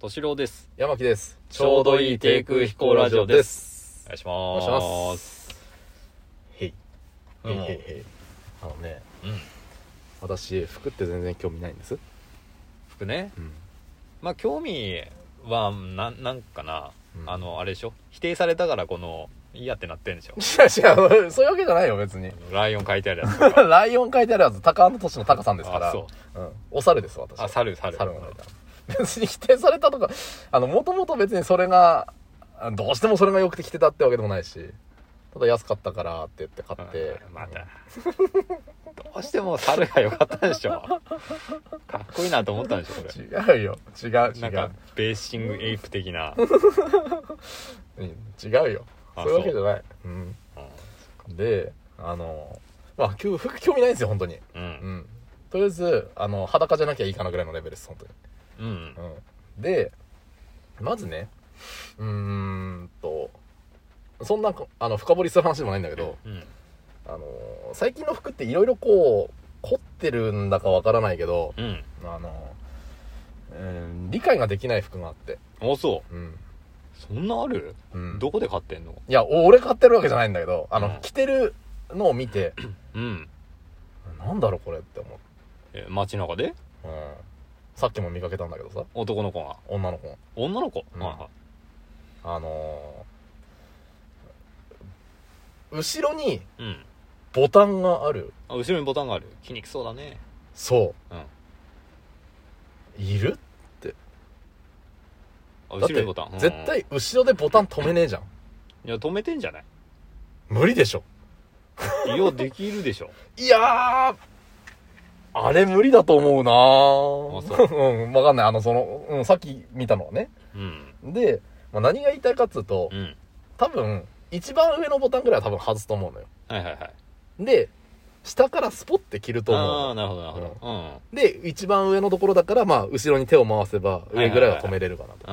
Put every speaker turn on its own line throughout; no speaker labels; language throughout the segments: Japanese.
敏郎です。
山木です。。
ちょうどいい低空飛行ラジオですお願いし
お
ます。
願いします。へい。
う
へ
ん
いへいへい。あのね、
うん。
私、服って全然興味ないんです。
服ね。
うん。
まあ、興味は、なん、なんかな、
うん
あの、あれでしょ否定されたから、この、嫌ってなってんでしょ
違う違う、そういうわけじゃないよ、別に
あ。のライオン書いてあるやつとか。
ライオン書いてあるはず、高の年の高さんですから。。
あそう
ん。お猿です、私は。
あ、猿、猿。
猿が書いた。別に否定されたとか、あの、もともと別にそれが、あどうしてもそれが良くて着てたってわけでもないし、ただ安かったからって言って買って。
うんまた。どうしても猿が良かったでしょかっこいいなと思ったんでしょこれ。
違うよ。違う、違
な。
うん
か、ベーシングエイプ的な。
うん違うよ
あ
そういうわけじゃないうんであのまあ今日服興味ないんですよ本当に
うん。う。
うんんとりあえずあの裸じゃなきゃいいかなぐらいのレベルです本当に
うん。
うんでまずねうーんとそんなあの深掘りする話でもないんだけど、
うん。
あの最近の服っていろいろこう凝ってるんだかわからないけど
うん。
あの、うん、理解ができない服があって
お、そ
うん、
う。そんなある
うん、
どこで買ってんの
いや、お俺買ってるわけじゃないんだけど、あの、
うん
着てるのを見て、
うん。
なんだろうこれって思
え街中で
う。うん。さっきも見かけたんだけどさ、
男の子が
女の子が。
女の子、
うん
はいは
あのー、後ろに
いうん
ボタンがある。
あ後ろにボタンがある筋肉そうだね
そ
うんあ
う。いるだ
後ろ
っ
に
て
ボタン、うんうん
絶対後ろでボタン止めねえじゃん。
いや止めてんじゃない
無理でしょ。
利用できるでしょ
いやー、あれ無理だと思うな
あ
ー うん、わかんない。あの、その、うん、さっき見たのはね。
うん
で、まあ、何が言いたいかっつうと、
うん
多分一番上のボタンぐらいは多分外すと思うのよ
はいはいはい
で下からスポッて切ると
ああ
思う
なるほどなるほどうんうん
で一番上のところだからまあ後ろに手を回せば上ぐらいは止めれるかなと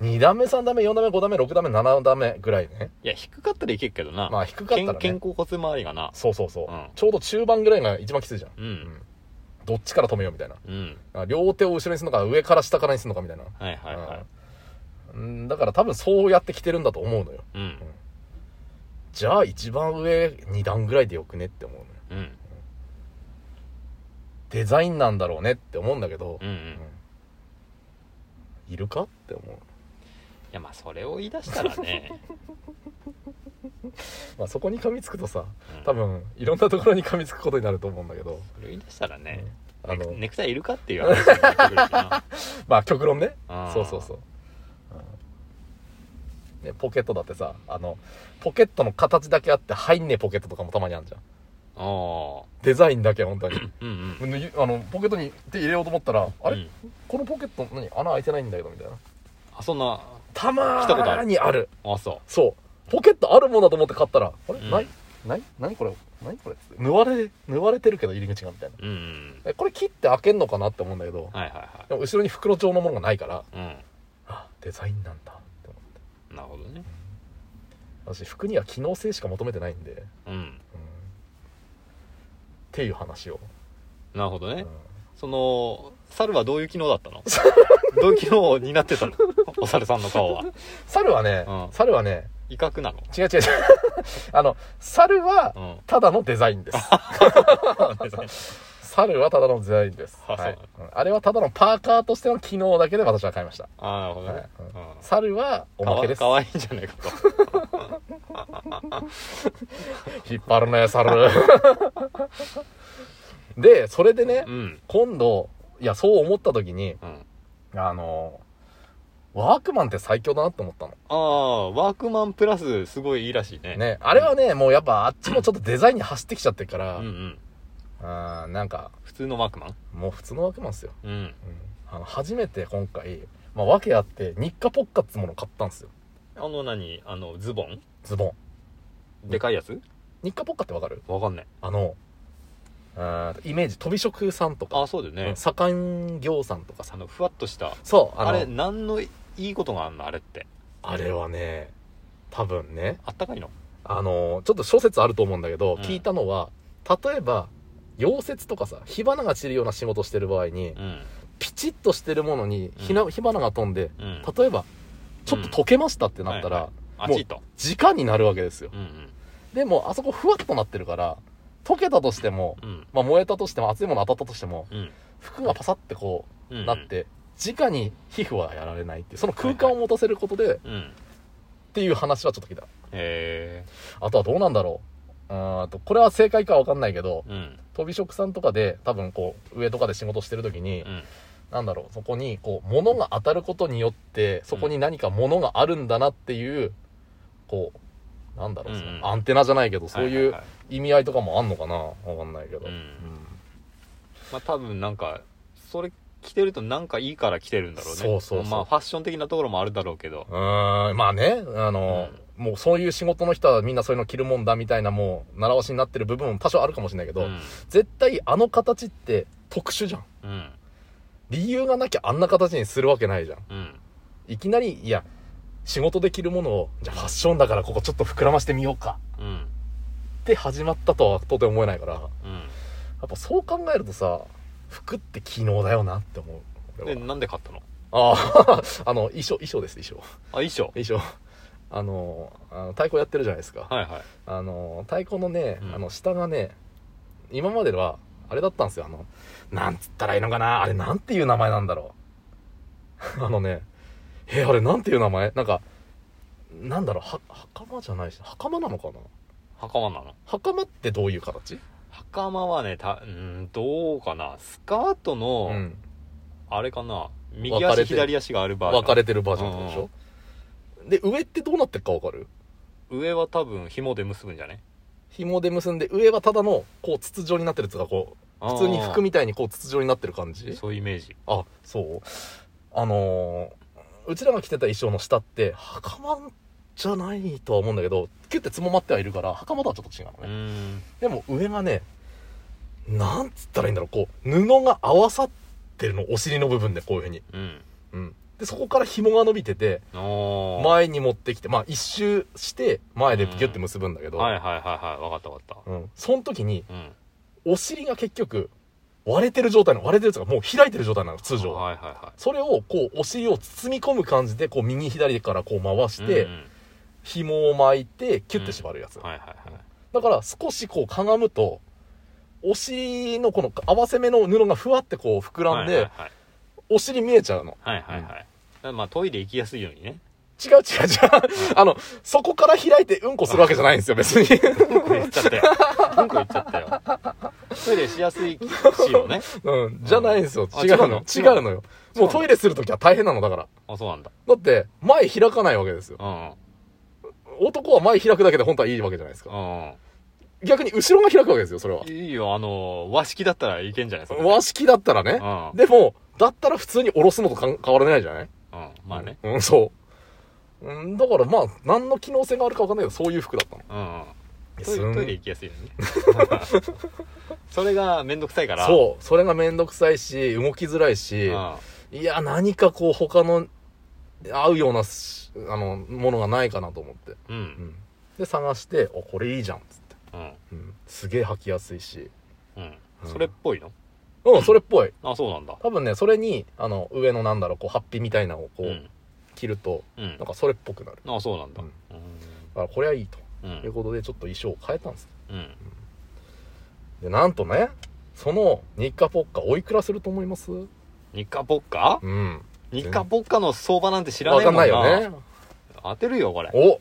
うん
2段目3段目4段目5段目6段目7段目ぐらいね
いや低かったらいけるけどな、
まあ低かったら
肩
ね
甲骨周りがな
そうそうそう、
うん
ちょうど中盤ぐらいが一番きついじゃん
う
うんんどっちから止めようみたいな
うん
あ両手を後ろにするのか上から下からにするのかみたいな、
はいはいはい
うん、だから多分そうやってきてるんだと思うのよ
うん
じゃあ一番上2段ぐらいでよくねって思うのよ
うんうん
デザインなんだろうねって思うんだけど
う、んい
いるかって思う、
やまあそれを言い出したら ね、
まあ、そこに噛みつくとさ
うん、
多分いろんなところに噛みつくことになると思うんだけど、
それを言い出したらね、
あ
ネ
の
クネクタイいるかっていう話になってくるしな
まあ極論ね
あー
そうそうそう、うんね、ポケットだってさあのポケットの形だけあって入んねえポケットとかもたまにあるじゃん
あ
デザインだけ本当に
あうんうん
ぬあのポケットに手入れようと思ったら、あ
う
れ
ん
このポケット何穴開いてないんだけどみたいな
あそんな
たま
来たことあ
ー
る
にある
あそ
そう。ポケットあるものだと思って買ったら、あれ、
うん
ないない何これ何これつって。縫われ、縫われてるけど入り口がみたいな。
ううんうん
え、これ切って開けんのかなって思うんだけど、
はいは
でも後ろに袋状のものがないから、
いはい
あ、デザインなんだって思って。
うんなるほどね
私、服には機能性しか求めてないんで、うん。っ
うん
ていう話を。
なるほど
う
ね
ん
その猿はどういう機能だった のどういう機能になってたのお猿さんの顔は
猿はね、
うん
猿はね、
威嚇なの
違う違う違う。 あの、猿は
う、ん
ただのデザインです。猿はただのデザインです。
あそう
はい、うんあれはただのパーカーとしての機能だけで私は買いました。
ああなるほどね
はい
うん
猿はおまけです
かわかわいいんじゃないかと
引っ張る ね猿でそれで ね
うん
今度いやそう思った時に
うん
あのワークマンって最強だなって思ったの
ああワークマンプラスすごいいいらしいね
ねあれはねもうやっぱあっちもちょっとデザインに走ってきちゃってるか
う
ら
んうん
あーなんか
普通のワークマン
もう普通のワークマンですよ、
うん
うん、あの初めて今回、まあ、訳あって日課ポッカっつうもの買ったんですよ
あの何あのズボン
ズボン
でかいやつ
日課ポッカってわかる
わかんない
あのあーイメージ飛び職さんとか
あそうだよね
左官業さんとかさ
あのふわっとした
そう
あ
の
れ何のいいことがあんのあれって
あれはね多分ね
あったかいの
あのちょっと諸説あると思うんだけど、
うん
聞いたのは例えば溶接とかさ火花が散るような仕事してる場合に
うん
ピチッとしてるものにひな、火花が飛んで、
うん
例えば、ちょっと溶けましたってなった
うん
ら
は、あちっと
直になるわけですよ
う。ん
でも、あそこふわっとなってるから、溶けたとしても、
うん
まあ燃えたとしても、熱いもの当たったとしても、
うん
服がパサってこ
う
う、
ん
なって、直に皮膚はやられないっていう、その空間を持たせることで、っ
うんへ
ていう話はちょっと聞いた。
え
あとはどうなんだろう。うーんと、これは正解かわかんないけど、
うん
飛び職さんとかで、多分こう、上とかで仕事してる時に、
うん
なんだろう、そこに、こう、物が当たることによって、そこに何か物があるんだなっていう、こう、なんだろう、
うん
そのアンテナじゃないけど、そうい
は
う
はは
意味合いとかもあんのかなわかんないけど。
うん
うん
まあ多分なんかそれ着てるとなんかいいから着てるんだろうね
そうそうそう
まあファッション的なところもあるだろうけど
うーん、まあね、あの、もうそういう仕事の人はみんなそういうの着るもんだみたいな、もう、習わしになってる部分も多少あるかもしれないけど、
うん
絶対あの形って特殊じゃん。
うん
理由がなきゃあんな形にするわけないじゃん。
うん
いきなり、いや、仕事で着るものを、じゃあファッションだからここちょっと膨らましてみようか。
うん
って始まったとはとても思えないからや
うん
っぱそう考えるとさ服って機能だよなって思う俺
で
は
なんで買ったの
ああ あの衣装衣装です衣装
あ衣装
衣装あのあの太鼓やってるじゃないですか、
はいはい
あの太鼓のね、
うん
あの下がね今まではあれだったんですよあのなんつったらいいのかなあれなんていう名前なんだろう あのねえあれなんていう名前なんかなんだろうは袴じゃないし袴なのかな
袴なの
袴ってどういう形
袴はねたうーんどうかなスカートの、
うん
あれかな
分
右
かれ
足
て
左足があるバージョン
分かれてるバージョンってことでしょ、で上ってどうなってるか分かる
上は多分紐で結ぶんじゃね
紐で結んで上はただのこう筒状になってるやつがこう普通に服みたいにこう筒状になってる感じ
そういうイメージ
あそうあのーうちらが着てた衣装の下って袴じゃないとは思うんだけどキュッてつもまってはいるから袴とはちょっと違う
う
のね、
ーん
でも上がねなんつったらいいんだろうこう布が合わさってるのお尻の部分でこういうふうに、
うん
うん、でそこから紐が伸びてて
おー
前に持ってきて、まあ一周して、前でギュッて結ぶんだけど、
はいはいはいはい分かった分かっ
うん。その時に、
たうん
お尻が結局、割れてる状態の、割れてるというか、もう開いてる状態なの、通常は。
はいはいは
それを、こう、お尻を包み込む感じで、こう、右左からこう回
い
して、
うんうん
紐を巻いて、キュッて縛るやつ。
はいはいはい
だから、少しこう、かがむと、お尻のこの合わせ目の布がふわってこう膨らんで、
はいはい
お尻見えちゃうの。
はいはいはいはいだからまあトイレ行きやすいようにね
違う違う違う。あの、そこから開いてうんこするわけじゃないんですよ、別に。
うんこ言っちゃったようんこ言っちゃったよトイレしやすいしようね
うん、じゃないんですよ。
あ
違う
違う
の
の。
違うのよ。
違う
も
の
うトイレするときは大変なのだから。
あそうなんだ
だって、前開かないわけですよ。
うんうん
男は前開くだけで本当はいいわけじゃないですか。
うん
逆に後ろが開くわけですよ、それは。
いいよあの和式だったらいけんじゃないそれ
和式だったらね。
うん
でも、だったら普通に下ろすのとかん変わらないじゃない
うんまあね。
うん、そう。うん、だからまあ、何の機能性があるかわかんないけど、そういう服だったの。
うんうんト
す
イレ
ん
トイレ行きやすいよ ねそれがめんどくさいからう、
そう。それがめんどくさいし、動きづらいし、
ん、
いや、何かこう、他の、合うようなし、あの、ものがないかなと思って。
う
うんん、で探して「おこれいいじゃん」っつって、
うん
うん、すげえ履きやすいし
うん
うん
それっぽいの
うんそれっぽい
あそうなんだ
多分ねそれにあの上のなんだろうこうハッピーみたいなのをこ
う
う、
ん
着ると
うん
なんかそれっぽくなる
あそうなんだ
うん
う
だからこれはいいと
んう
いうんことでちょっと衣装を変えたんです
うん
でなんとねその日課ポッカおいくらすると思います
ニカポッカ
うん
ニカポッカの相場なんて知らな
わ
いも
か
ん
ん
な
ないよね
当てるよこれ
お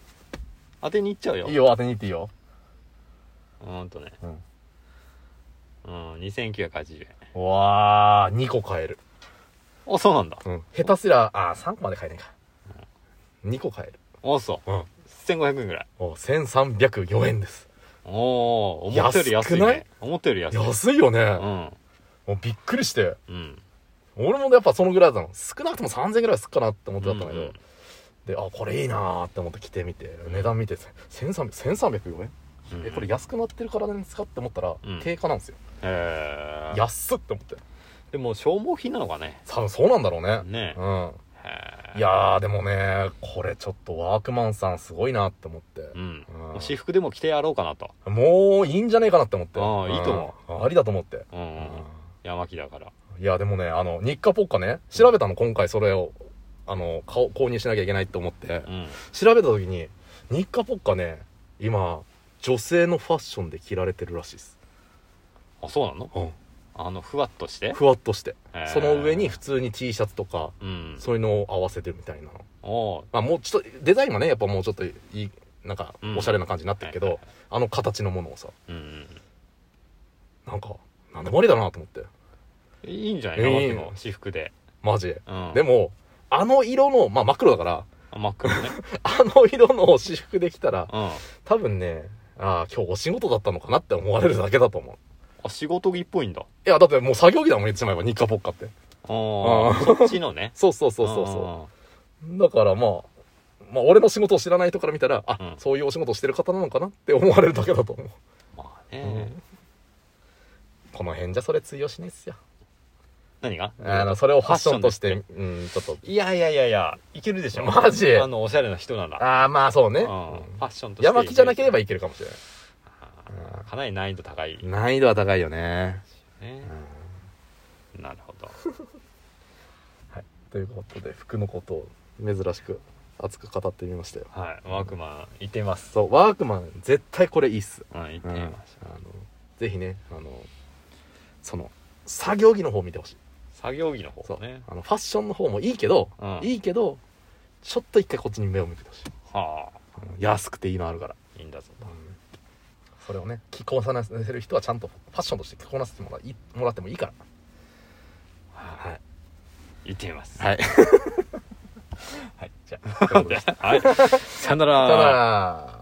当てに行っちゃうよ
いいよ当てに行っていいよ
うーんとね
うん
うん2980円
うわあ2個買える、
あそうなんだ
うん、下手すりゃあ3個まで買えないか2個買える
あそう
うん
1500円ぐらい
お1304円です
おお思ったより安い
安くない
ね思ったより安い
安いよね、
うん
もうびっくりして
うん
俺もやっぱそのぐらいだったの少なくとも3000円ぐらいすっかなって思ってたんだけど、
うん
であこれいいなーって思って着てみて値段見て1300 1304円、
うん
えこれ安くなってるからですかって思ったら、
うん
定価なんですよ
へえ
安っって思って
でも消耗品なのかね
多分そうなんだろうね
ね
うん
へえ
いやーでもねこれちょっとワークマンさんすごいなって思って、
うん
うん
私服でも着てやろうかなと
もういいんじゃねえかなって思って
あーいいと思
うんありだと思って、
うんうん山木だから
うんいや、でもね、あの、日課ポッカね、調べたの、今回それを、あの、買お購入しなきゃいけないと思って、
うん
調べた時に、日課ポッカね、今、女性のファッションで着られてるらしいです。
あそうなの
うん。
あのふわっとして
ふわっとして
へー。
その上に普通に T シャツとか、
うん
そういうのを合わせてるみたいなの。
おう
まあ、もうちょっと、デザインはね、やっぱもうちょっといい、なんか
う、ん
おしゃれな感じになってるけ
はい
ど
は、
あの形のものをさ、
うん
なんか、なんでもありだなと思って。
うんいいんじゃないか、
いい
えも私服で、
マジで。
うん、
でも、あの色の、まあ真っ黒だから、
あ真っ黒 ね
あの色の私服できたら、
うんあ
多分ね、ああ、今日お仕事だったのかなって思われるだけだと思う。
仕事着っぽいんだ
いや、だってもう作業着だもん、言ってしまえば、日課ポッカって。
あーそっちのね
そうそうそうそうそう。だからまあ、まあ俺の仕事を知らない人から見たら、あ、
うん
そういうお仕事をしてる方なのかなって思われるだけだと思う。
うんまあね、
この辺じゃそれ通用しないっすよ。
何が
あの、それをファッションとし
ファッ、
てうん、ちょっと。
いやいやいやいやいけるでしょ
マジ
あのおしゃれな人なら
ああ、まあそうね。
うん、フ
うん
ァッションとして
山木じゃなければ
い
いけるかもしれない。
かなり難易度高いね、
難易度は高いよね。
なるほど
ということで、服のことを珍しく熱く語ってみましたよ。
はいワークマン行ってみます
そう、ワークマン、絶対これいいっす。
はい行って
うん、
み
あの
ましょう、
ぜひね、あの、その、作業着の方見てほしい。
作業着の
そ
方
う、
ね
あの、ファッションの方もいいけど、
うん
いいけど、ちょっと一回こっちに目を向けてほしい。
は
うん安くていいのあるから。
あいいんだぞ
それをね、着こなせる人はちゃんとファッションとして着こなせてもらいもらってもいいから。。
はい行ってみます
はい。はい、じゃあ。
はいさよなら
ただ、